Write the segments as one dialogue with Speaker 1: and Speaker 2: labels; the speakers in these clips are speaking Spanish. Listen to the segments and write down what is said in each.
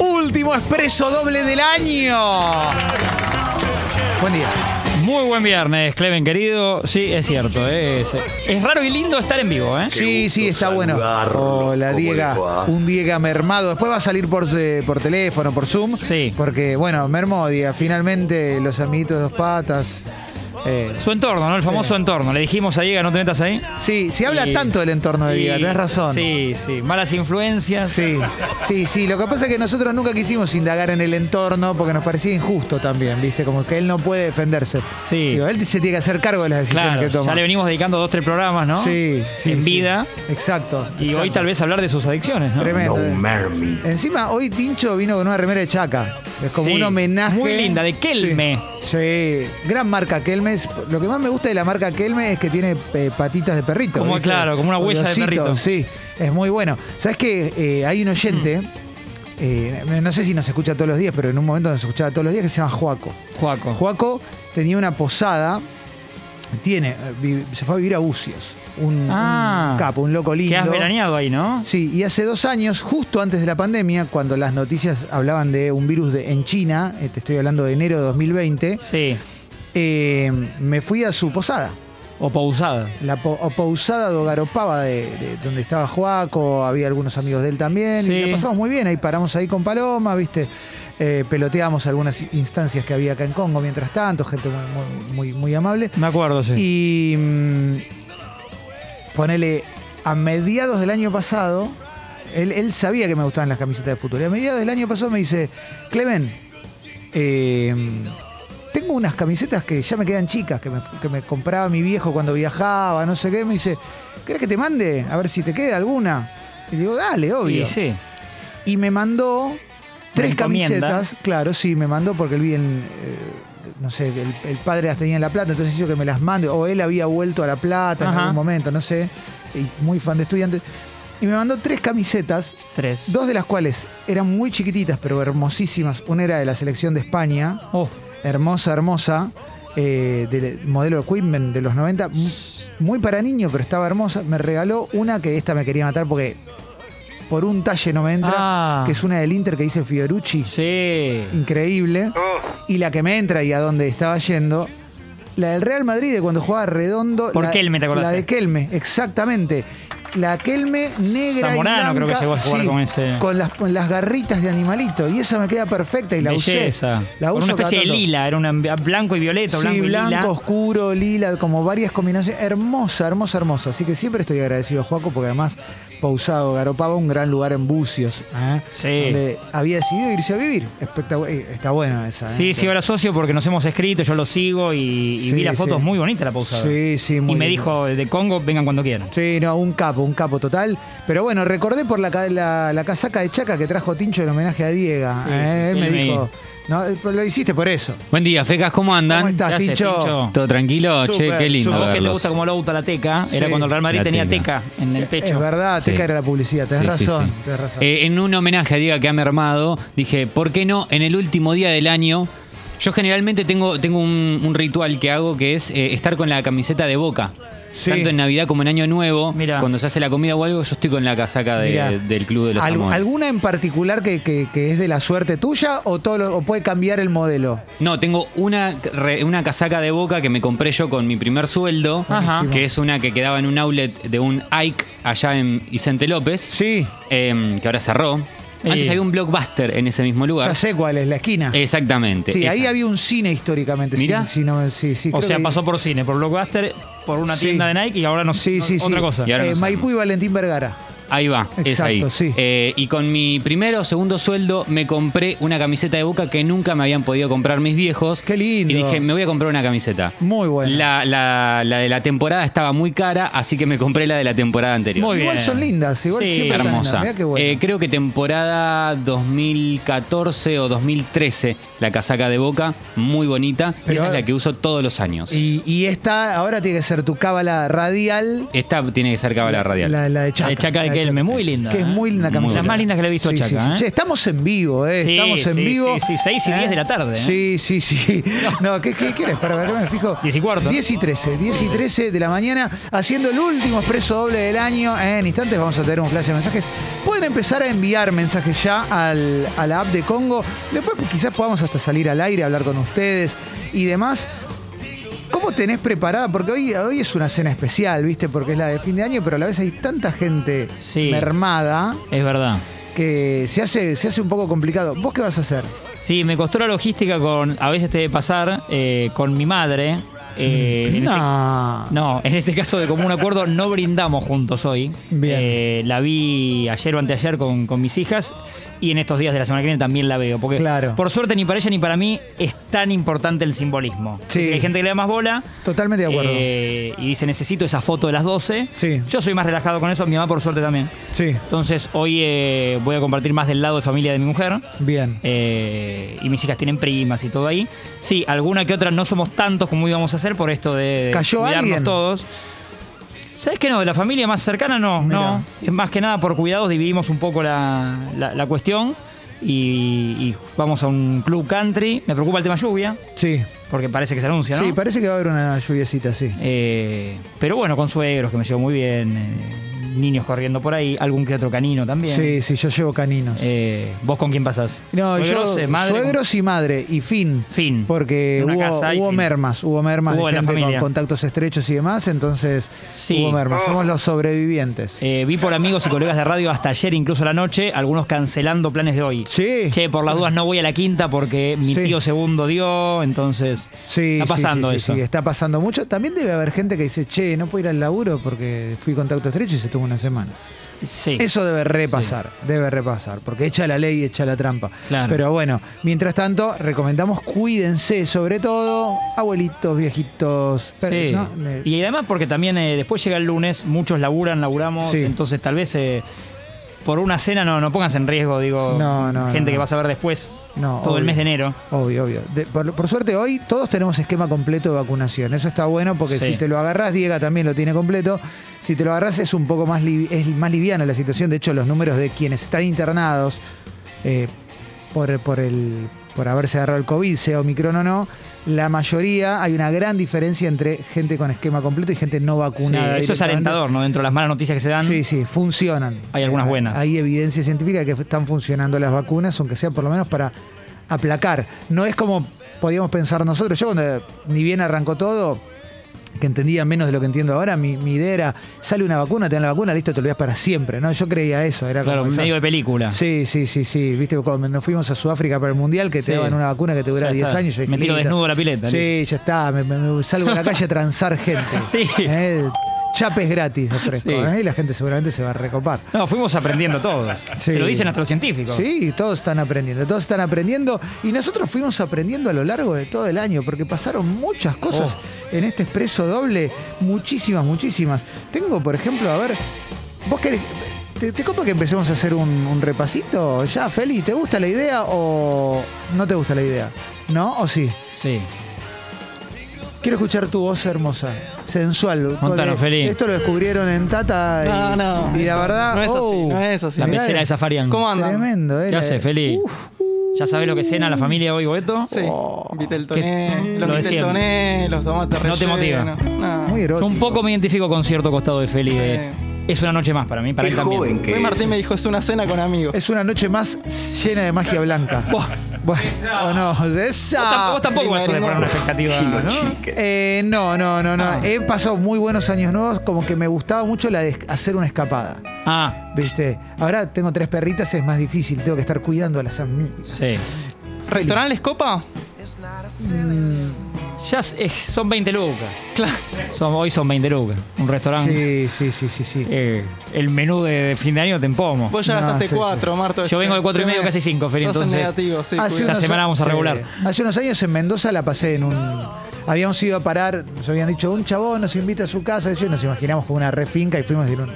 Speaker 1: último expreso doble del año. Buen día.
Speaker 2: Muy buen viernes, Clemen, querido. Sí, es cierto. Es, es raro y lindo estar en vivo, ¿eh?
Speaker 1: Sí, sí, está bueno.
Speaker 3: saludarlo.
Speaker 1: Hola,
Speaker 3: ¿Cómo le
Speaker 1: Diega.
Speaker 3: va?
Speaker 1: Un Diega mermado. Después va a salir por, eh, por teléfono, por Zoom.
Speaker 2: Sí.
Speaker 1: Porque, bueno, mermó, Diega. Finalmente, los amiguitos de dos patas. Eh,
Speaker 2: Su entorno, ¿no? El famoso entorno. Le dijimos a Diego, no te metas ahí.
Speaker 1: sí, se habla
Speaker 2: Y-
Speaker 1: tanto del entorno de
Speaker 2: y-
Speaker 1: Diega, tenés razón.
Speaker 2: Sí, sí. Malas influencias.
Speaker 1: Sí, sí, sí. Lo que pasa es que nosotros nunca quisimos indagar en el entorno porque nos parecía injusto también, ¿viste? Como que él no puede defenderse.
Speaker 2: Sí.
Speaker 1: Digo, él se tiene que hacer cargo de las decisiones
Speaker 2: Claro,
Speaker 1: que toma.
Speaker 2: ya le venimos dedicando dos, tres programas, ¿no?
Speaker 1: Sí, sí.
Speaker 2: En
Speaker 1: sí.
Speaker 2: vida.
Speaker 1: Exacto.
Speaker 2: Y hoy
Speaker 1: exacto.
Speaker 2: tal vez hablar de sus adicciones, ¿no?
Speaker 1: Tremendo.
Speaker 3: No
Speaker 1: eh.
Speaker 3: mermi.
Speaker 1: Encima, hoy Tincho vino con una remera de chaca. Es como
Speaker 2: Sí,
Speaker 1: un homenaje.
Speaker 2: muy linda, de Kelme.
Speaker 1: Sí, sí. gran marca Kelme. Es- Lo que más me gusta de la marca Kelme es que tiene eh, patitas de perrito.
Speaker 2: Como, claro, como una huella de
Speaker 1: osito,
Speaker 2: perrito.
Speaker 1: Sí, es muy bueno. ¿Sabes qué? Eh, hay un
Speaker 2: Mm.
Speaker 1: oyente, eh, no sé si nos escucha todos los días, pero en un momento nos escuchaba todos los días, que se llama Juaco.
Speaker 2: Juaco.
Speaker 1: Juaco tenía una posada, tiene, eh, vi- se fue a vivir a Bucios. Un,
Speaker 2: Ah.
Speaker 1: un capo, un loco lindo.
Speaker 2: Que has veraneado ahí, ¿no?
Speaker 1: Sí, y hace dos años, justo antes de la pandemia, cuando las noticias hablaban de un virus de- en China, eh, te estoy hablando de enero de 2020,
Speaker 2: Sí.
Speaker 1: eh, me fui a su posada,
Speaker 2: O pausada.
Speaker 1: la po- o posada de Ogaropaba, de, de donde estaba Juaco, había algunos amigos de él también,
Speaker 2: Sí.
Speaker 1: y la pasamos muy bien, ahí paramos ahí con Paloma, viste, Eh, peloteamos algunas instancias que había acá en Congo mientras tanto, gente muy, muy, muy, muy amable.
Speaker 2: Me acuerdo, sí.
Speaker 1: Y mm, ponele, a mediados del año pasado, él, él sabía que me gustaban las camisetas de fútbol. Y a mediados del año pasado me dice, Clemen, eh, tengo unas camisetas que ya me quedan chicas, que me, que me compraba mi viejo cuando viajaba, no sé qué. Me dice, ¿crees que te mande? A ver si te queda alguna. Y digo, dale, obvio.
Speaker 2: Sí, sí.
Speaker 1: Y me mandó tres
Speaker 2: encomienda.
Speaker 1: camisetas. Claro, sí, me mandó porque él vi en. eh, no sé, el, el padre las tenía en La Plata, entonces hizo que me las mande. O él había vuelto a La Plata en
Speaker 2: Ajá.
Speaker 1: algún momento, no sé. Y muy fan de estudiantes. Y me mandó tres camisetas,
Speaker 2: Tres.
Speaker 1: dos de las cuales eran muy chiquititas, pero hermosísimas. Una era de la selección de España,
Speaker 2: Oh,
Speaker 1: hermosa, hermosa, eh, del modelo Equipment de los 90, m- muy para niño, pero estaba hermosa. Me regaló una que esta me quería matar porque por un talle no me entra,
Speaker 2: Ah.
Speaker 1: que es una del Inter que dice Fiorucci,
Speaker 2: sí.
Speaker 1: increíble. Y la que me entra y a donde estaba yendo, la del Real Madrid de cuando jugaba redondo.
Speaker 2: Por
Speaker 1: la,
Speaker 2: Kelme, ¿te acordaste?
Speaker 1: La de Kelme, exactamente. La Kelme negra
Speaker 2: Zamorano
Speaker 1: y blanca,
Speaker 2: creo que llegó a jugar
Speaker 1: sí,
Speaker 2: con ese.
Speaker 1: con las, con las garritas de animalito. Y esa me queda perfecta y la
Speaker 2: Belleza.
Speaker 1: usé. La
Speaker 2: Con
Speaker 1: uso
Speaker 2: una especie
Speaker 1: cada
Speaker 2: de
Speaker 1: tanto.
Speaker 2: lila, era un blanco y violeta, blanco
Speaker 1: sí,
Speaker 2: y
Speaker 1: blanco,
Speaker 2: lila.
Speaker 1: oscuro, lila, como varias combinaciones. Hermosa, hermosa, hermosa. Así que siempre estoy agradecido a Juaco porque además Pausado Garopaba, un gran lugar en Bucios, ¿eh?
Speaker 2: Sí.
Speaker 1: donde había decidido irse a vivir. Espectacu- eh, está buena esa. ¿eh?
Speaker 2: Sí, sí, ahora socio porque nos hemos escrito, yo lo sigo y, y
Speaker 1: Sí,
Speaker 2: vi las
Speaker 1: sí.
Speaker 2: fotos muy bonitas la pausada.
Speaker 1: Sí, sí, muy
Speaker 2: Y me
Speaker 1: lindo.
Speaker 2: dijo de Congo, vengan cuando quieran.
Speaker 1: Sí, no, un capo, un capo total. Pero bueno, recordé por la, ca- la, la casaca de Chaca que trajo Tincho en homenaje a Diega.
Speaker 2: Sí,
Speaker 1: ¿eh?
Speaker 2: sí,
Speaker 1: Él me
Speaker 2: él me-
Speaker 1: dijo, no, eh, lo hiciste por eso.
Speaker 4: Buen día, Fecas, ¿cómo andan?
Speaker 1: ¿Cómo estás,
Speaker 2: Gracias,
Speaker 1: Tincho?
Speaker 2: Tincho.
Speaker 4: ¿Todo tranquilo?
Speaker 1: Súper,
Speaker 4: che, qué lindo
Speaker 2: A vos que te
Speaker 4: verlos.
Speaker 2: gusta como lo gusta la teca,
Speaker 1: Sí.
Speaker 2: era cuando el Real Madrid
Speaker 4: La
Speaker 2: tenía
Speaker 4: teca.
Speaker 2: teca. en el
Speaker 1: Es
Speaker 2: pecho.
Speaker 1: verdad, te
Speaker 4: Sí.
Speaker 1: cae la publicidad, tenés
Speaker 4: Sí, sí,
Speaker 1: razón,
Speaker 4: sí.
Speaker 1: tenés razón.
Speaker 4: Eh, en un homenaje a Diego que ha mermado, dije, ¿por qué no en el último día del año? Yo generalmente tengo, tengo un, un ritual que hago que es eh, estar con la camiseta de boca.
Speaker 1: Sí.
Speaker 4: Tanto en Navidad como en Año Nuevo,
Speaker 2: Mirá.
Speaker 4: cuando se hace la comida o algo, yo estoy con la casaca de-
Speaker 1: Mirá.
Speaker 4: del Club de los
Speaker 1: Al-
Speaker 4: Amores.
Speaker 1: ¿Alguna en particular que, que- que es de la suerte tuya o, todo lo- o puede cambiar el modelo?
Speaker 4: No, tengo una, re- una casaca de boca que me compré yo con mi primer sueldo,
Speaker 2: Ajá.
Speaker 4: que es una que quedaba en un outlet de un Ike allá en Vicente López.
Speaker 1: Sí,
Speaker 4: em, que ahora cerró.
Speaker 2: Eh.
Speaker 4: Antes había un blockbuster en ese mismo lugar.
Speaker 1: ya sé cuál es, la esquina.
Speaker 4: Exactamente.
Speaker 1: sí,
Speaker 4: Este, esa.
Speaker 1: ahí había un cine históricamente. sí,
Speaker 4: Mirá.
Speaker 1: sí, no, sí, sí,
Speaker 2: o
Speaker 1: creo
Speaker 2: sea,
Speaker 1: que-
Speaker 2: pasó por cine, por Blockbuster, por una
Speaker 1: Sí.
Speaker 2: tienda de Nike y ahora no
Speaker 1: Sí,
Speaker 2: no-
Speaker 1: sí, sí.
Speaker 2: otra cosa.
Speaker 4: Y ahora
Speaker 1: Eh,
Speaker 4: no sabemos.
Speaker 1: Maipú y Valentín Vergara.
Speaker 4: Ahí va, es
Speaker 1: Exacto,
Speaker 4: ahí.
Speaker 1: sí.
Speaker 4: Eh, y con mi primero o segundo sueldo me compré una camiseta de boca que nunca me habían podido comprar mis viejos.
Speaker 1: Qué lindo.
Speaker 4: Y dije, me voy a comprar una camiseta.
Speaker 1: Muy buena.
Speaker 4: La, la- la de la temporada estaba muy cara, así que me compré la de la temporada anterior.
Speaker 2: Muy
Speaker 1: igual
Speaker 2: bien.
Speaker 1: son lindas, igual
Speaker 2: Sí,
Speaker 1: siempre están lindas.
Speaker 4: hermosa.
Speaker 1: Mirá qué bueno.
Speaker 4: Eh, creo que temporada 2014 o 2013, la casaca de Boca, muy bonita. Y
Speaker 1: Pero-
Speaker 4: esa es la que uso todos los años.
Speaker 1: y, y esta ahora tiene que ser tu cábala radial.
Speaker 4: Esta tiene que ser cábala radial.
Speaker 1: La, la de Chaca.
Speaker 2: de Chaca de
Speaker 1: la
Speaker 2: Riquelme, muy linda.
Speaker 1: Que es
Speaker 2: ¿eh?
Speaker 1: muy linda
Speaker 2: Las
Speaker 1: camisa.
Speaker 2: más lindas que le he visto a
Speaker 1: Sí, sí,
Speaker 2: Chaca.
Speaker 1: sí.
Speaker 2: ¿eh?
Speaker 1: Che, estamos en vivo, ¿eh?
Speaker 2: Sí,
Speaker 1: estamos en
Speaker 2: sí,
Speaker 1: vivo.
Speaker 2: sí, sí, seis y diez de la tarde, ¿eh?
Speaker 1: Sí, sí, sí. No, ¿qué, qué, qué hora es? Para ver, me fijo.
Speaker 2: Diez y cuarto.
Speaker 1: 10 y 13, 10 y 13 de la mañana, haciendo el último expreso doble del año. En instantes vamos a tener un flash de mensajes. Pueden empezar a enviar mensajes ya al- a la app de Congo. Después pues, quizás podamos hasta salir al aire, hablar con ustedes y demás. ¿Cómo tenés preparada? Porque hoy, hoy es una cena especial, ¿viste? Porque es la del fin de año, pero a la vez hay tanta gente
Speaker 2: Sí.
Speaker 1: mermada
Speaker 2: Es verdad.
Speaker 1: que se hace, se hace un poco complicado. ¿Vos qué vas a hacer?
Speaker 2: Sí, me costó la logística con. A veces te debe pasar eh, con mi madre. eh, en este-
Speaker 1: No.
Speaker 2: no, en este caso de común acuerdo no brindamos juntos hoy.
Speaker 1: Bien.
Speaker 2: Eh, la vi ayer o anteayer con, con mis hijas y en estos días de la semana que viene también la veo. Porque
Speaker 1: Claro.
Speaker 2: por suerte ni para ella ni para mí es tan importante el simbolismo.
Speaker 1: Sí.
Speaker 2: Hay gente que le da más bola.
Speaker 1: Totalmente de acuerdo.
Speaker 2: eh, y dice necesito esa foto de las 12.
Speaker 1: Sí.
Speaker 2: Yo soy más relajado con eso, mi mamá por suerte también.
Speaker 1: Sí,
Speaker 2: Entonces hoy eh, voy a compartir más del lado de familia de mi mujer.
Speaker 1: bien.
Speaker 2: Eh, y mis hijas tienen primas y todo ahí. Sí, alguna que otra no somos tantos como íbamos a hacer por esto de
Speaker 1: ¿Cayó
Speaker 2: cuidarnos
Speaker 1: alguien?
Speaker 2: todos. ¿Sabes qué no? De la familia más cercana no,
Speaker 1: Mirá.
Speaker 2: no. Es más que nada por cuidados dividimos un poco la, la- la cuestión y, y vamos a un club country. Me preocupa el tema lluvia,
Speaker 1: Sí.
Speaker 2: porque parece que se anuncia, ¿no?
Speaker 1: Sí, parece que va a haber una lluviecita, sí.
Speaker 2: Eh, pero bueno, con suegros que me llevo muy bien, eh, niños corriendo por ahí, algún que otro canino también.
Speaker 1: Sí, sí, yo llevo caninos.
Speaker 2: Eh, ¿Vos con quién pasás?
Speaker 1: no, yo
Speaker 2: ¿Suegros, eh, madre?
Speaker 1: suegros y madre y fin.
Speaker 2: Fin.
Speaker 1: Porque
Speaker 2: Una
Speaker 1: hubo,
Speaker 2: casa y
Speaker 1: hubo
Speaker 2: fin.
Speaker 1: mermas, hubo mermas
Speaker 2: Hubo
Speaker 1: de
Speaker 2: en la
Speaker 1: gente con
Speaker 2: familia.
Speaker 1: contactos estrechos y demás, entonces
Speaker 2: Sí. Oh.
Speaker 1: hubo mermas. Somos los sobrevivientes.
Speaker 2: Eh, vi por amigos y colegas de radio hasta ayer, incluso la noche, algunos cancelando planes de hoy.
Speaker 1: sí.
Speaker 2: Che, por las dudas no voy a la quinta porque mi
Speaker 1: Sí.
Speaker 2: tío segundo dio, entonces
Speaker 1: Sí,
Speaker 2: está
Speaker 1: sí, sí,
Speaker 2: pasando
Speaker 1: sí,
Speaker 2: eso.
Speaker 1: sí, está pasando mucho. También debe haber gente que dice, che, no puedo ir al laburo porque fui contacto estrecho y se tuvo una semana.
Speaker 2: Sí.
Speaker 1: Eso debe repasar, debe repasar, porque echa la ley y echa la trampa.
Speaker 2: Claro.
Speaker 1: Pero bueno, mientras tanto, recomendamos cuídense, sobre todo abuelitos, viejitos. per-
Speaker 2: Sí.
Speaker 1: ¿no? Eh,
Speaker 2: Y además porque también eh, después llega el lunes, muchos laburan, laburamos,
Speaker 1: Sí.
Speaker 2: entonces tal vez eh, por una cena no, no pongas en riesgo, digo,
Speaker 1: No, no, no.
Speaker 2: gente que vas a ver después,
Speaker 1: No,
Speaker 2: todo el
Speaker 1: obvio.
Speaker 2: mes de enero.
Speaker 1: Obvio, obvio. De- por, por suerte hoy todos tenemos esquema completo de vacunación. Eso está bueno porque
Speaker 2: Sí.
Speaker 1: si te lo agarrás, Diego también lo tiene completo. Si te lo agarrás es un poco más, livi- es más liviana la situación. De hecho, los números de quienes están internados eh, por, por, el, por haberse agarrado el COVID, sea Omicron o no, la mayoría, hay una gran diferencia entre gente con esquema completo y gente no
Speaker 2: Sí,
Speaker 1: vacunada.
Speaker 2: eso es
Speaker 1: directamente.
Speaker 2: alentador, ¿no? Dentro de las malas noticias que se dan.
Speaker 1: Sí, sí, funcionan. Eh,
Speaker 2: Hay algunas buenas.
Speaker 1: Hay evidencia científica que están funcionando las vacunas, aunque sea por lo menos para aplacar. No es como podíamos pensar nosotros. Yo cuando ni bien arrancó todo, que entendía menos de lo que entiendo ahora, mi, mi idea era, sale una vacuna, te dan la vacuna, listo, te olvidas para siempre. No, yo creía eso. Era
Speaker 2: Claro,
Speaker 1: como esa-
Speaker 2: medio de película.
Speaker 1: Sí, sí, sí, sí. Viste, cuando nos fuimos a Sudáfrica para el Mundial, que
Speaker 2: Sí.
Speaker 1: te daban una vacuna que te duraba
Speaker 2: Ya
Speaker 1: 10
Speaker 2: está.
Speaker 1: años. yo dije,
Speaker 2: Me tiro
Speaker 1: listo.
Speaker 2: desnudo a la pileta,
Speaker 1: Sí, ya está. Me, me- me salgo a la calle a transar gente.
Speaker 2: Sí.
Speaker 1: Eh, Chapes gratis ofrezco.
Speaker 2: Sí.
Speaker 1: eh, Y la gente seguramente se va a recopar.
Speaker 2: No, fuimos aprendiendo todos.
Speaker 1: Sí.
Speaker 2: Te lo dicen hasta los científicos.
Speaker 1: Sí, todos están aprendiendo, todos están aprendiendo y nosotros fuimos aprendiendo a lo largo de todo el año porque pasaron muchas cosas
Speaker 2: Oh.
Speaker 1: en este expreso doble, muchísimas, muchísimas. Tengo, por ejemplo, a ver, vos querés, ¿te, te copa que empecemos a hacer un, un repasito ya, Feli? ¿Te gusta la idea o no te gusta la idea? ¿No? ¿O sí?
Speaker 2: Sí.
Speaker 1: Quiero escuchar tu voz hermosa, sensual.
Speaker 2: Contanos,
Speaker 1: Porque
Speaker 2: Feli.
Speaker 1: Esto lo descubrieron en Tata y,
Speaker 3: No, no,
Speaker 1: y la
Speaker 3: eso,
Speaker 1: verdad...
Speaker 3: no es así,
Speaker 1: oh,
Speaker 3: no es así.
Speaker 2: La
Speaker 1: mirá,
Speaker 2: pecera de Zafarian.
Speaker 3: ¿Cómo andan?
Speaker 1: Tremendo, ¿eh?
Speaker 2: ¿Qué
Speaker 1: La- uh,
Speaker 2: hace, Feli? ¿Ya sabés lo que cena la familia hoy, Boeto?
Speaker 3: Sí,
Speaker 1: Oh.
Speaker 2: que
Speaker 3: Viteltoné,
Speaker 2: es
Speaker 3: los
Speaker 2: lo de
Speaker 3: Viteltoné, los tomates
Speaker 2: No te
Speaker 3: rellenos, no.
Speaker 1: Muy
Speaker 2: Yo
Speaker 1: erótico.
Speaker 2: un poco me identifico con cierto costado de Feli. de,
Speaker 3: Eh.
Speaker 2: es una noche más para mí, para él también.
Speaker 3: Hoy Martín me dijo, es una cena con amigos.
Speaker 1: Es una noche más llena de magia blanca.
Speaker 2: Vos,
Speaker 1: Bueno, o no,
Speaker 2: vos tam-
Speaker 1: esa.
Speaker 2: vos tampoco vas a poner una expectativa, ¿no?
Speaker 1: Eh, no, no, no, no.
Speaker 2: Ah.
Speaker 1: He pasado muy buenos años nuevos, como que me gustaba mucho la de hacer una escapada.
Speaker 2: Ah,
Speaker 1: ¿Viste? Ahora tengo tres perritas, es más difícil, tengo que estar cuidando a las amigas.
Speaker 2: sí.
Speaker 3: ¿Restaurantes copa?
Speaker 2: Mm. Ya es- eh, son 20 lucas.
Speaker 3: Claro.
Speaker 2: Son- hoy son 20 lucas. Un
Speaker 1: Sí,
Speaker 2: restaurante.
Speaker 1: sí, sí, sí, sí.
Speaker 2: Eh, el menú de, de fin de año te empomo.
Speaker 3: Vos ya
Speaker 1: No,
Speaker 3: gastaste
Speaker 1: sí, sí.
Speaker 3: cuatro, Marto.
Speaker 2: Yo vengo de cuatro y medio,
Speaker 3: Tremendo.
Speaker 2: casi cinco, Feli,
Speaker 3: Estás en
Speaker 2: entonces-
Speaker 3: negativo,
Speaker 1: Hace
Speaker 3: sí, cuidado.
Speaker 2: Esta
Speaker 1: unos-
Speaker 2: semana vamos a regular.
Speaker 1: Hace unos años en Mendoza la pasé en un. Habíamos ido a parar, nos habían dicho, un chabón nos invita a su casa, y nos imaginamos con una refinca y fuimos en un.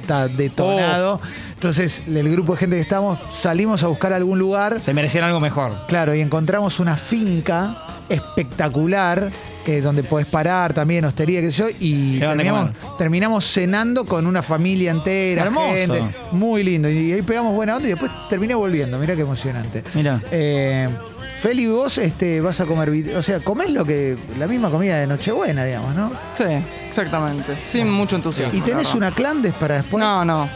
Speaker 1: Está detonado.
Speaker 2: Oh.
Speaker 1: Entonces, el grupo de gente que estábamos salimos a buscar algún lugar.
Speaker 2: Se merecían algo mejor.
Speaker 1: Claro, y encontramos una finca espectacular que donde podés parar también, hostería, qué sé yo, y
Speaker 4: Qué grande
Speaker 1: terminamos, terminamos cenando con una familia entera,
Speaker 2: Hermoso.
Speaker 1: gente, muy lindo. Y ahí pegamos buena onda y después terminé volviendo, mirá qué emocionante.
Speaker 2: Mirá.
Speaker 1: Eh, Feli, vos este, vas a comer, vid- o sea, comés lo que, la misma comida de Nochebuena, digamos, ¿no?
Speaker 3: Sí, exactamente. Sin mucho entusiasmo.
Speaker 1: ¿Y tenés
Speaker 3: la
Speaker 1: una clandes para después?
Speaker 3: verdad. No, no.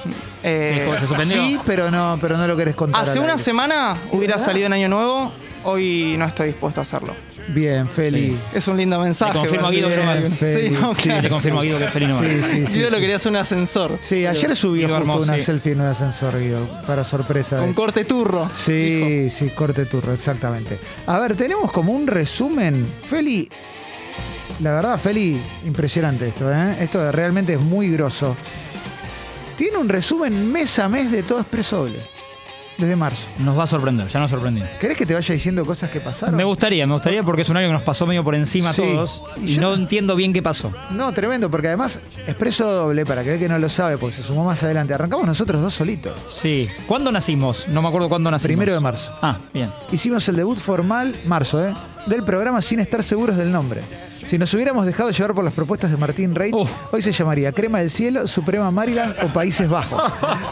Speaker 3: Eh,
Speaker 4: Sí, pues, se suspendió.
Speaker 1: Sí, pero no, pero no lo querés contar.
Speaker 3: hace
Speaker 1: al
Speaker 3: una
Speaker 1: aire.
Speaker 3: semana hubiera
Speaker 1: verdad?
Speaker 3: salido en Año Nuevo. Hoy no estoy dispuesto a hacerlo.
Speaker 1: Bien, Feli.
Speaker 3: Es un lindo mensaje.
Speaker 4: Le confirmo a Guido
Speaker 3: bueno.
Speaker 4: que no
Speaker 3: Bien,
Speaker 4: va.
Speaker 3: Sí, no,
Speaker 1: Sí,
Speaker 4: Le
Speaker 3: claro.
Speaker 4: confirmo a Guido que es feliz no va.
Speaker 1: Sí, sí, sí.
Speaker 3: Guido lo
Speaker 1: sí.
Speaker 3: quería hacer un ascensor.
Speaker 1: Sí, ayer subí
Speaker 4: Guido
Speaker 1: justo
Speaker 4: Hermoso,
Speaker 1: una
Speaker 4: sí.
Speaker 1: selfie en un ascensor, Guido, para sorpresa. de-
Speaker 3: Con corte turro.
Speaker 1: Sí, sí, corte turro, exactamente. A ver, tenemos como un resumen. Feli, la verdad, Feli, impresionante esto, ¿eh? Esto de- realmente es muy grosso. Tiene un resumen mes a mes de todo Expreso Doble, desde marzo.
Speaker 2: Nos va a sorprender, ya nos sorprendió.
Speaker 1: ¿Querés que te vaya diciendo cosas que pasaron?
Speaker 2: Me gustaría, me gustaría porque es un año que nos pasó medio por encima a
Speaker 1: Sí.
Speaker 2: todos
Speaker 1: Y
Speaker 2: y
Speaker 1: yo-
Speaker 2: no entiendo bien qué pasó.
Speaker 1: No, tremendo, porque además, Expreso Doble, para aquel que no lo sabe, porque se sumó más adelante, arrancamos nosotros dos solitos.
Speaker 2: Sí. ¿Cuándo nacimos? No me acuerdo cuándo nacimos.
Speaker 1: Primero de marzo.
Speaker 2: Ah, bien.
Speaker 1: Hicimos el debut formal, marzo, ¿eh? Del programa sin estar seguros del nombre. Si nos hubiéramos dejado llevar por las propuestas de Martín Reich,
Speaker 2: Uf.
Speaker 1: hoy se llamaría Crema del Cielo, Suprema Maryland o Países Bajos.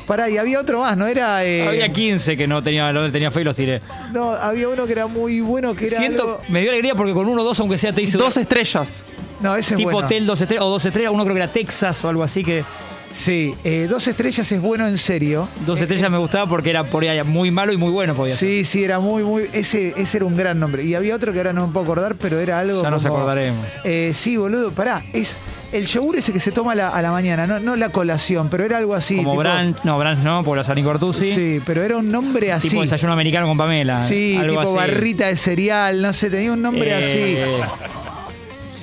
Speaker 1: Pará, y había otro más, ¿no? Era. eh,
Speaker 2: Había 15 que no tenía, no tenía fe y los tiré.
Speaker 1: No, había uno que era muy bueno, que era.
Speaker 2: Siento,
Speaker 1: algo-
Speaker 2: me dio alegría porque con uno o dos, aunque sea te hice
Speaker 3: Dos estrellas.
Speaker 1: No, ese
Speaker 2: tipo
Speaker 1: es bueno.
Speaker 2: hotel, dos estrellas, o dos estrellas, uno creo que era Texas o algo así que
Speaker 1: Sí, eh, dos estrellas es bueno en serio.
Speaker 2: dos
Speaker 1: eh.
Speaker 2: estrellas me gustaba porque era por ahí muy malo y muy bueno podía ser.
Speaker 1: Sí, sí, era muy, muy. Ese, ese era un gran nombre. Y había otro que ahora no me puedo acordar, pero era algo.
Speaker 2: Ya nos
Speaker 1: como-
Speaker 2: acordaremos.
Speaker 1: Eh, sí, boludo, pará. Es el yogur ese que se toma a la, a la mañana, no, no la colación, pero era algo así.
Speaker 2: Como
Speaker 1: tipo-
Speaker 2: Branch, no, Branch no, por la San Cortuzzi.
Speaker 1: Sí. pero era un nombre así.
Speaker 2: Tipo desayuno americano con Pamela.
Speaker 1: sí,
Speaker 2: algo
Speaker 1: tipo
Speaker 2: así.
Speaker 1: barrita de cereal, no sé, tenía un nombre
Speaker 2: Eh,
Speaker 1: así.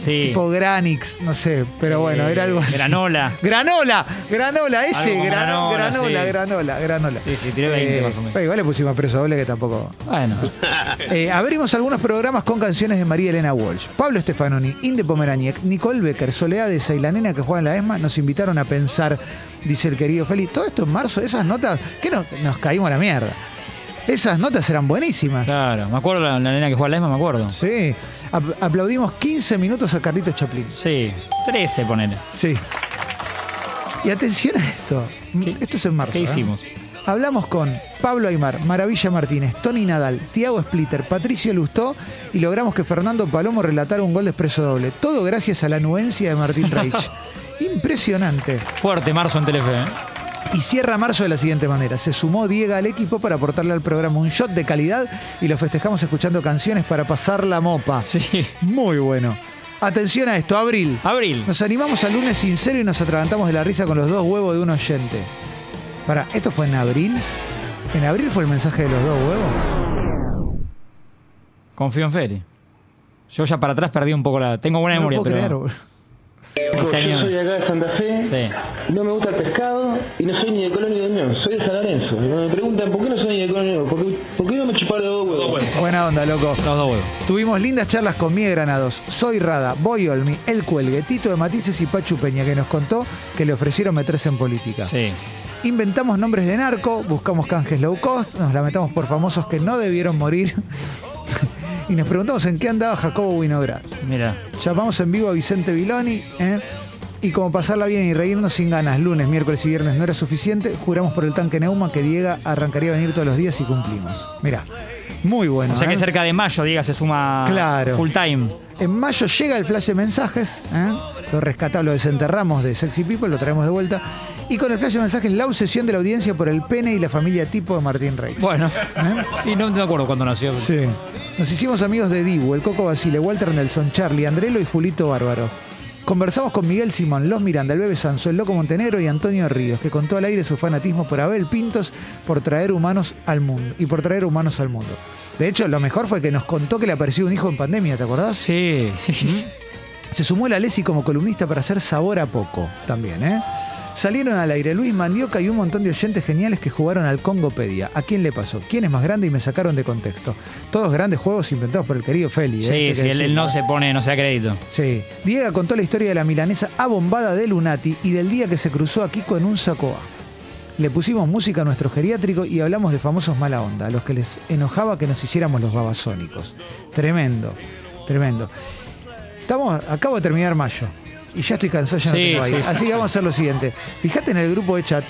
Speaker 2: Sí.
Speaker 1: Tipo Granix, no sé, pero bueno,
Speaker 2: Eh,
Speaker 1: era algo así.
Speaker 2: Granola.
Speaker 1: Granola, granola, ese,
Speaker 2: Algo con
Speaker 1: granola,
Speaker 2: granola,
Speaker 1: granola,
Speaker 2: sí.
Speaker 1: granola, granola. Eh,
Speaker 2: Sí, sí, tiré 20 más o menos.
Speaker 1: pero Igual le pusimos preso doble que tampoco.
Speaker 2: Bueno.
Speaker 1: Eh, abrimos algunos programas con canciones de María Elena Walsh. Pablo Stefanoni, Inde Pomeraniec, Nicole Becker, Soledad Deza y la nena que juega en la ESMA nos invitaron a pensar, dice el querido Félix. Todo esto en marzo, esas notas, que no- nos caímos a la mierda. Esas notas eran buenísimas.
Speaker 2: Claro, me acuerdo la, la nena que juega a la ESMA, me acuerdo.
Speaker 1: Sí. Ap- aplaudimos 15 minutos a Carlitos Chaplin.
Speaker 2: Sí, 13 ponele.
Speaker 1: Sí. Y atención a esto.
Speaker 2: ¿Qué-
Speaker 1: esto es en marzo.
Speaker 2: ¿Qué
Speaker 1: ¿eh?
Speaker 2: hicimos?
Speaker 1: Hablamos con Pablo Aymar, Maravilla Martínez, Tony Nadal, Tiago Splitter, Patricio Lustó y logramos que Fernando Palomo relatara un gol de expreso doble. Todo gracias a la anuencia de Martín Reich. Impresionante.
Speaker 2: Fuerte marzo en Telefe. ¿eh?
Speaker 1: Y cierra marzo de la siguiente manera. Se sumó Diego al equipo para aportarle al programa un shot de calidad y lo festejamos escuchando canciones para pasar la mopa.
Speaker 2: Sí.
Speaker 1: Muy bueno. Atención a esto, abril.
Speaker 2: Abril.
Speaker 1: Nos animamos al lunes sincero y nos atragantamos de la risa con los dos huevos de un oyente. Para, ¿esto fue en abril? ¿En abril fue el mensaje de los dos huevos?
Speaker 2: Confío en Feri. Yo ya para atrás perdí un poco la. Tengo buena
Speaker 1: No lo
Speaker 2: memoria,
Speaker 1: puedo creer,
Speaker 2: pero.
Speaker 1: boludo.
Speaker 2: este
Speaker 5: Yo soy
Speaker 2: año.
Speaker 5: de acá de Santa Fe,
Speaker 2: Sí.
Speaker 5: no me gusta el pescado y no soy ni de Colonia de Unión, soy de San Lorenzo. Y cuando me preguntan por qué no soy ni de Colonia de Unión, ¿por qué, por qué no me chuparon los dos huevos?
Speaker 1: Buena onda, loco.
Speaker 2: Los dos huevos.
Speaker 1: Tuvimos lindas charlas con Mie Granados, Soy Rada, Boy Olmi, El Cuelgue, Tito de Matices y Pachu Peña, que nos contó que le ofrecieron meterse en política.
Speaker 2: Sí.
Speaker 1: Inventamos nombres de narco, buscamos canjes low cost, nos lamentamos por famosos que no debieron morir y nos preguntamos en qué andaba Jacobo Winograd.
Speaker 2: Mira.
Speaker 1: Llamamos en vivo a Vicente Viloni ¿eh? y como pasarla bien y reírnos sin ganas, lunes, miércoles y viernes no era suficiente, juramos por el tanque Neuma que Diego arrancaría a venir todos los días y cumplimos. Mirá, muy bueno.
Speaker 2: O sea que
Speaker 1: ¿eh?
Speaker 2: cerca de mayo, diga, se suma
Speaker 1: Claro.
Speaker 2: full time.
Speaker 1: En mayo llega el flash de mensajes, ¿eh? lo rescatamos, lo desenterramos de Sexy People, lo traemos de vuelta. Y con el flash de mensajes, la obsesión de la audiencia por el pene y la familia tipo de Martín Reyes.
Speaker 2: Bueno.
Speaker 1: ¿Eh?
Speaker 2: Sí, no me acuerdo cuándo nació.
Speaker 1: Sí. Nos hicimos amigos de Dibu, el Coco Basile, Walter Nelson, Charlie, Andrelo y Julito Bárbaro. Conversamos con Miguel Simón, Los Miranda, el Bebe Sanso, el Loco Montenegro y Antonio Ríos, que contó al aire su fanatismo por Abel Pintos por traer humanos al mundo y por traer humanos al mundo. De hecho, lo mejor fue que nos contó que le apareció un hijo en pandemia, ¿te acordás?
Speaker 2: Sí. sí.
Speaker 1: Se sumó la Lesi como columnista para hacer sabor a poco también, ¿eh? Salieron al aire Luis Mandioca y un montón de oyentes geniales que jugaron al Congopedia. ¿A quién le pasó? ¿Quién es más grande? Y me sacaron de contexto. Todos grandes juegos inventados por el querido Feli. ¿eh? Este
Speaker 2: Sí,
Speaker 1: que
Speaker 2: sí, él, él
Speaker 1: decimos,
Speaker 2: no se pone, no se da crédito.
Speaker 1: Sí. Diego contó la historia de la milanesa abombada de Lunati y del día que se cruzó a Kiko en un sacoa. Le pusimos música a nuestro geriátrico y hablamos de famosos mala onda, a los que les enojaba que nos hiciéramos los babasónicos. Tremendo, tremendo. Estamos, acabo de terminar mayo. Y ya estoy cansado, ya no
Speaker 4: Sí,
Speaker 1: tengo aire.
Speaker 4: sí, sí,
Speaker 1: Así que
Speaker 4: sí.
Speaker 1: vamos a hacer lo siguiente. Fíjate en el grupo de chat.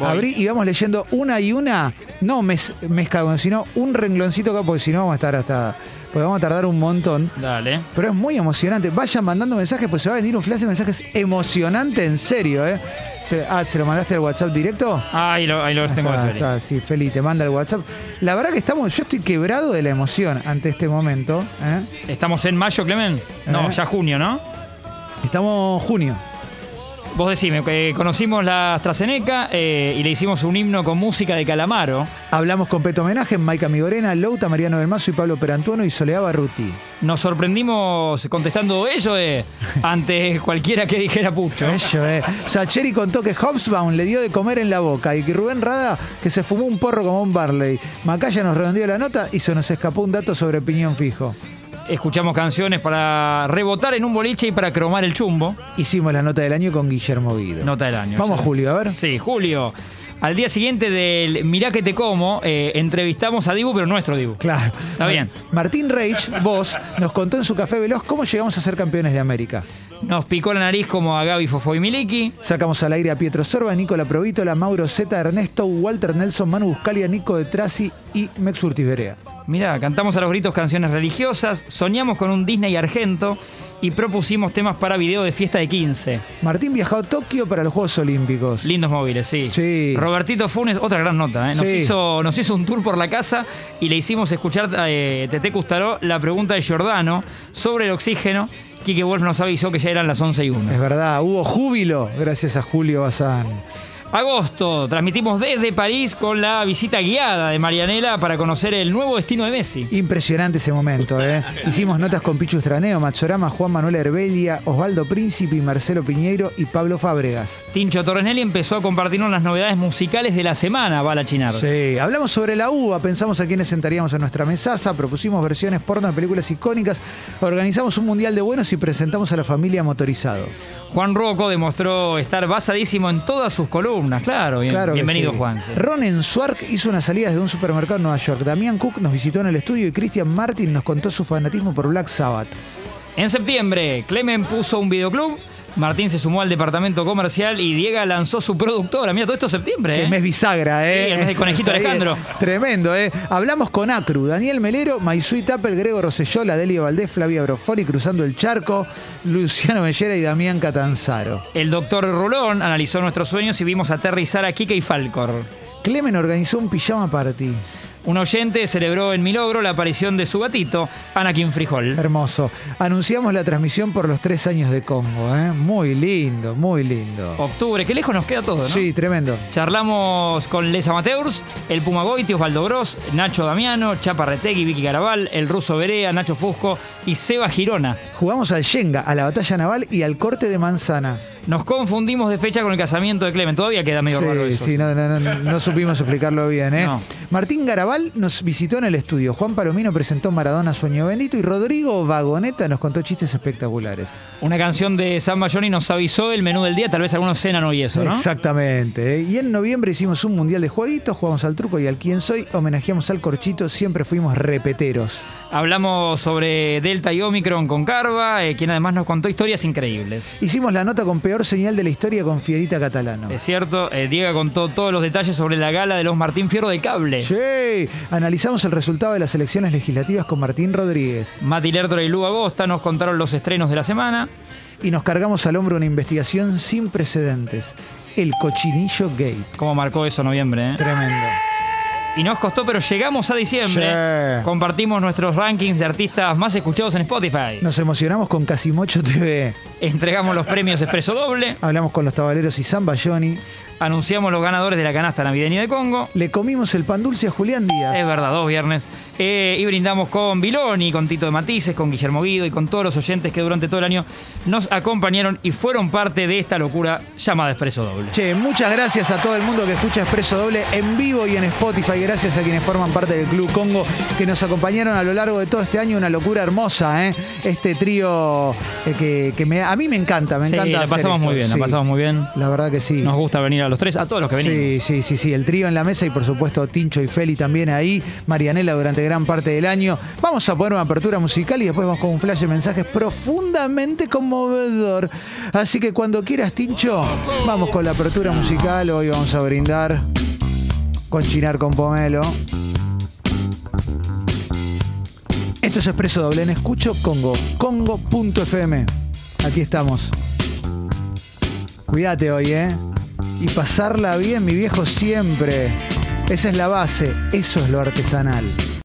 Speaker 1: Abrí y vamos leyendo una y una, no mes, mezclado, sino un rengloncito acá, porque si no vamos a estar hasta. Porque vamos a tardar un montón.
Speaker 2: Dale.
Speaker 1: Pero es muy emocionante. Vayan mandando mensajes, pues se va a venir un flash de mensajes emocionante en serio, ¿eh? Se- ah, ¿se lo mandaste al WhatsApp directo?
Speaker 2: Ah, ahí lo, ahí lo tengo.
Speaker 1: está,
Speaker 2: Feli.
Speaker 1: está, sí, Feli, te manda el WhatsApp. La verdad que estamos, yo estoy quebrado de la emoción ante este momento. ¿eh?
Speaker 2: Estamos en mayo, Clemen. No,
Speaker 1: Eh.
Speaker 2: ya junio, ¿no?
Speaker 1: Estamos junio.
Speaker 2: Vos decime, que conocimos la AstraZeneca eh, y le hicimos un himno con música de Calamaro.
Speaker 1: Hablamos con Peto Homenaje, Maica Migorena, Louta, Mariano del Mazo y Pablo Perantuono y Soledad Barruti.
Speaker 2: Nos sorprendimos contestando eso eh, ante cualquiera que dijera Pucho.
Speaker 1: Bello, eh. Sacheri contó que Hobsbawm le dio de comer en la boca y que Rubén Rada que se fumó un porro como un Barley. Macaya nos redondeó la nota y se nos escapó un dato sobre piñón fijo.
Speaker 2: Escuchamos canciones para rebotar en un boliche y para cromar el chumbo.
Speaker 1: Hicimos la nota del año con Guillermo Guido.
Speaker 2: Nota del año.
Speaker 1: Vamos,
Speaker 2: sí.
Speaker 1: Julio, a ver.
Speaker 2: Sí, Julio. Al día siguiente del Mirá que te como, eh, entrevistamos a Dibu, pero nuestro Dibu.
Speaker 1: Claro.
Speaker 2: Está bien.
Speaker 1: Martín Reich, vos, nos contó en su café veloz cómo llegamos a ser campeones de América.
Speaker 2: Nos picó la nariz como a Gaby Fofo y Miliki.
Speaker 1: Sacamos al aire a Pietro Sorba, Nicola Provítola, Mauro Zeta, Ernesto, Walter Nelson, Manu Buscalia, Nico de Trasi y Mex Urtiberea.
Speaker 2: Mirá, cantamos a los gritos canciones religiosas, soñamos con un Disney argento y propusimos temas para video de fiesta de 15.
Speaker 1: Martín viajó a Tokio para los Juegos Olímpicos.
Speaker 2: Lindos móviles, sí.
Speaker 1: Sí.
Speaker 2: Robertito Funes, otra gran nota, ¿eh? nos,
Speaker 1: Sí.
Speaker 2: hizo, nos hizo un tour por la casa y le hicimos escuchar a eh, Tete Custaró la pregunta de Giordano sobre el oxígeno. Quique Wolf nos avisó que ya eran las 11 y 1.
Speaker 1: Es verdad, hubo júbilo gracias a Julio Bazán.
Speaker 2: Agosto, transmitimos desde París con la visita guiada de Marianela para conocer el nuevo destino de Messi.
Speaker 1: Impresionante ese momento, ¿eh? Hicimos notas con Pichu Straneo, Machorama, Juan Manuel Herbelia, Osvaldo Príncipe, Marcelo Piñeiro y Pablo Fábregas.
Speaker 2: Tincho Torresnelli empezó a compartirnos las novedades musicales de la semana, va la chinar.
Speaker 1: Sí, hablamos sobre la uva, pensamos a quiénes sentaríamos en nuestra mesaza, propusimos versiones porno de películas icónicas, organizamos un mundial de buenos y presentamos a la familia motorizado.
Speaker 2: Juan Rocco demostró estar basadísimo en todas sus columnas, claro. bien-
Speaker 1: Claro que
Speaker 2: bienvenido,
Speaker 1: sí.
Speaker 2: Juan. sí.
Speaker 1: Ronen Swark hizo una salida desde un supermercado en Nueva York. Damián Cook nos visitó en el estudio y Christian Martin nos contó su fanatismo por Black Sabbath.
Speaker 2: En septiembre, Clemen puso un videoclub, Martín se sumó al departamento comercial y Diego lanzó su productora. Mira, todo esto es septiembre,
Speaker 1: Qué
Speaker 2: ¿eh?
Speaker 1: mes bisagra, ¿eh?
Speaker 2: Sí, el mes del
Speaker 1: Es-
Speaker 2: conejito
Speaker 1: es ahí,
Speaker 2: Alejandro.
Speaker 1: Tremendo, ¿eh? Hablamos con Acru, Daniel Melero, Maisui Tapel, Grego Rosellola, Delio Valdés, Flavia Brofoli, Cruzando el Charco, Luciano Bellera y Damián Catanzaro.
Speaker 2: El doctor Rulón analizó nuestros sueños y vimos aterrizar a Kike y Falcor.
Speaker 1: Clemen organizó un pijama party.
Speaker 2: Un oyente celebró en Milogro la aparición de su gatito, Anakin Frijol.
Speaker 1: Hermoso. Anunciamos la transmisión por los tres años de Congo, ¿eh? Muy lindo, muy lindo.
Speaker 2: Octubre, qué lejos nos queda todo, ¿no?
Speaker 1: Sí, tremendo.
Speaker 2: Charlamos con Les Amateurs, el Pumagoiti, Osvaldo Gross, Nacho Damiano, Chaparretegui, Vicky Garabal, el Ruso Berea, Nacho Fusco y Seba Girona.
Speaker 1: Jugamos al Yenga, a la batalla naval y al corte de manzana.
Speaker 2: Nos confundimos de fecha con el casamiento de Clemen. Todavía queda medio raro
Speaker 1: Sí,
Speaker 2: eso.
Speaker 1: sí, no, no, no, no supimos explicarlo bien, ¿eh?
Speaker 2: No.
Speaker 1: Martín Garabal nos visitó en el estudio. Juan Palomino presentó Maradona Sueño Bendito y Rodrigo Vagoneta nos contó chistes espectaculares.
Speaker 2: Una canción de San Bayoni nos avisó el menú del día. Tal vez algunos cenan hoy eso, ¿no?
Speaker 1: Exactamente. ¿eh? Y en noviembre hicimos un mundial de jueguitos, jugamos al truco y al quién soy, homenajeamos al corchito, siempre fuimos repeteros.
Speaker 2: Hablamos sobre Delta y Omicron con Carva, eh, quien además nos contó historias increíbles.
Speaker 1: Hicimos la nota con peor señal de la historia con Fierita Catalano.
Speaker 2: Es cierto, eh, Diego contó todos los detalles sobre la gala de los Martín Fierro de Cable.
Speaker 1: Sí, analizamos el resultado de las elecciones legislativas con Martín Rodríguez.
Speaker 2: Mati Lertora y Lu Agosta nos contaron los estrenos de la semana.
Speaker 1: y nos cargamos al hombro una investigación sin precedentes. El cochinillo gate.
Speaker 2: Cómo marcó eso noviembre, ¿eh?
Speaker 1: Tremendo.
Speaker 2: Y nos costó, pero llegamos a diciembre.
Speaker 1: Sí.
Speaker 2: Compartimos nuestros rankings de artistas más escuchados en Spotify.
Speaker 1: Nos emocionamos con Casimocho TV.
Speaker 2: Entregamos los premios Expreso Doble.
Speaker 1: Hablamos con los tabaleros y San Bayoni.
Speaker 2: Anunciamos los ganadores de la canasta navideña de Congo.
Speaker 1: Le comimos el pan dulce a Julián Díaz.
Speaker 2: Es verdad, dos viernes. Eh, y brindamos con Viloni, con Tito de Matices, con Guillermo Guido y con todos los oyentes que durante todo el año nos acompañaron y fueron parte de esta locura llamada Expreso Doble.
Speaker 1: Che, muchas gracias a todo el mundo que escucha Expreso Doble en vivo y en Spotify. Gracias a quienes forman parte del Club Congo que nos acompañaron a lo largo de todo este año. Una locura hermosa, ¿eh? Este trío eh, que, que me ha a mí me encanta, me
Speaker 2: Sí,
Speaker 1: encanta.
Speaker 2: la
Speaker 1: hacer
Speaker 2: pasamos
Speaker 1: esto,
Speaker 2: muy bien, la
Speaker 1: sí.
Speaker 2: pasamos muy bien.
Speaker 1: La verdad que sí.
Speaker 2: Nos gusta venir a los tres, a todos los que venimos.
Speaker 1: Sí, sí, sí, sí. El trío en la mesa y por supuesto Tincho y Feli también ahí. Marianela durante gran parte del año. Vamos a poner una apertura musical y después vamos con un flash de mensajes profundamente conmovedor. Así que cuando quieras, Tincho, vamos con la apertura musical. Hoy vamos a brindar con Chinar con Pomelo. Esto es Expreso Doble en Escucho Congo. Congo.fm. Aquí estamos. Cuídate hoy, ¿eh? Y pasarla bien, mi viejo, siempre. Esa es la base, eso es lo artesanal.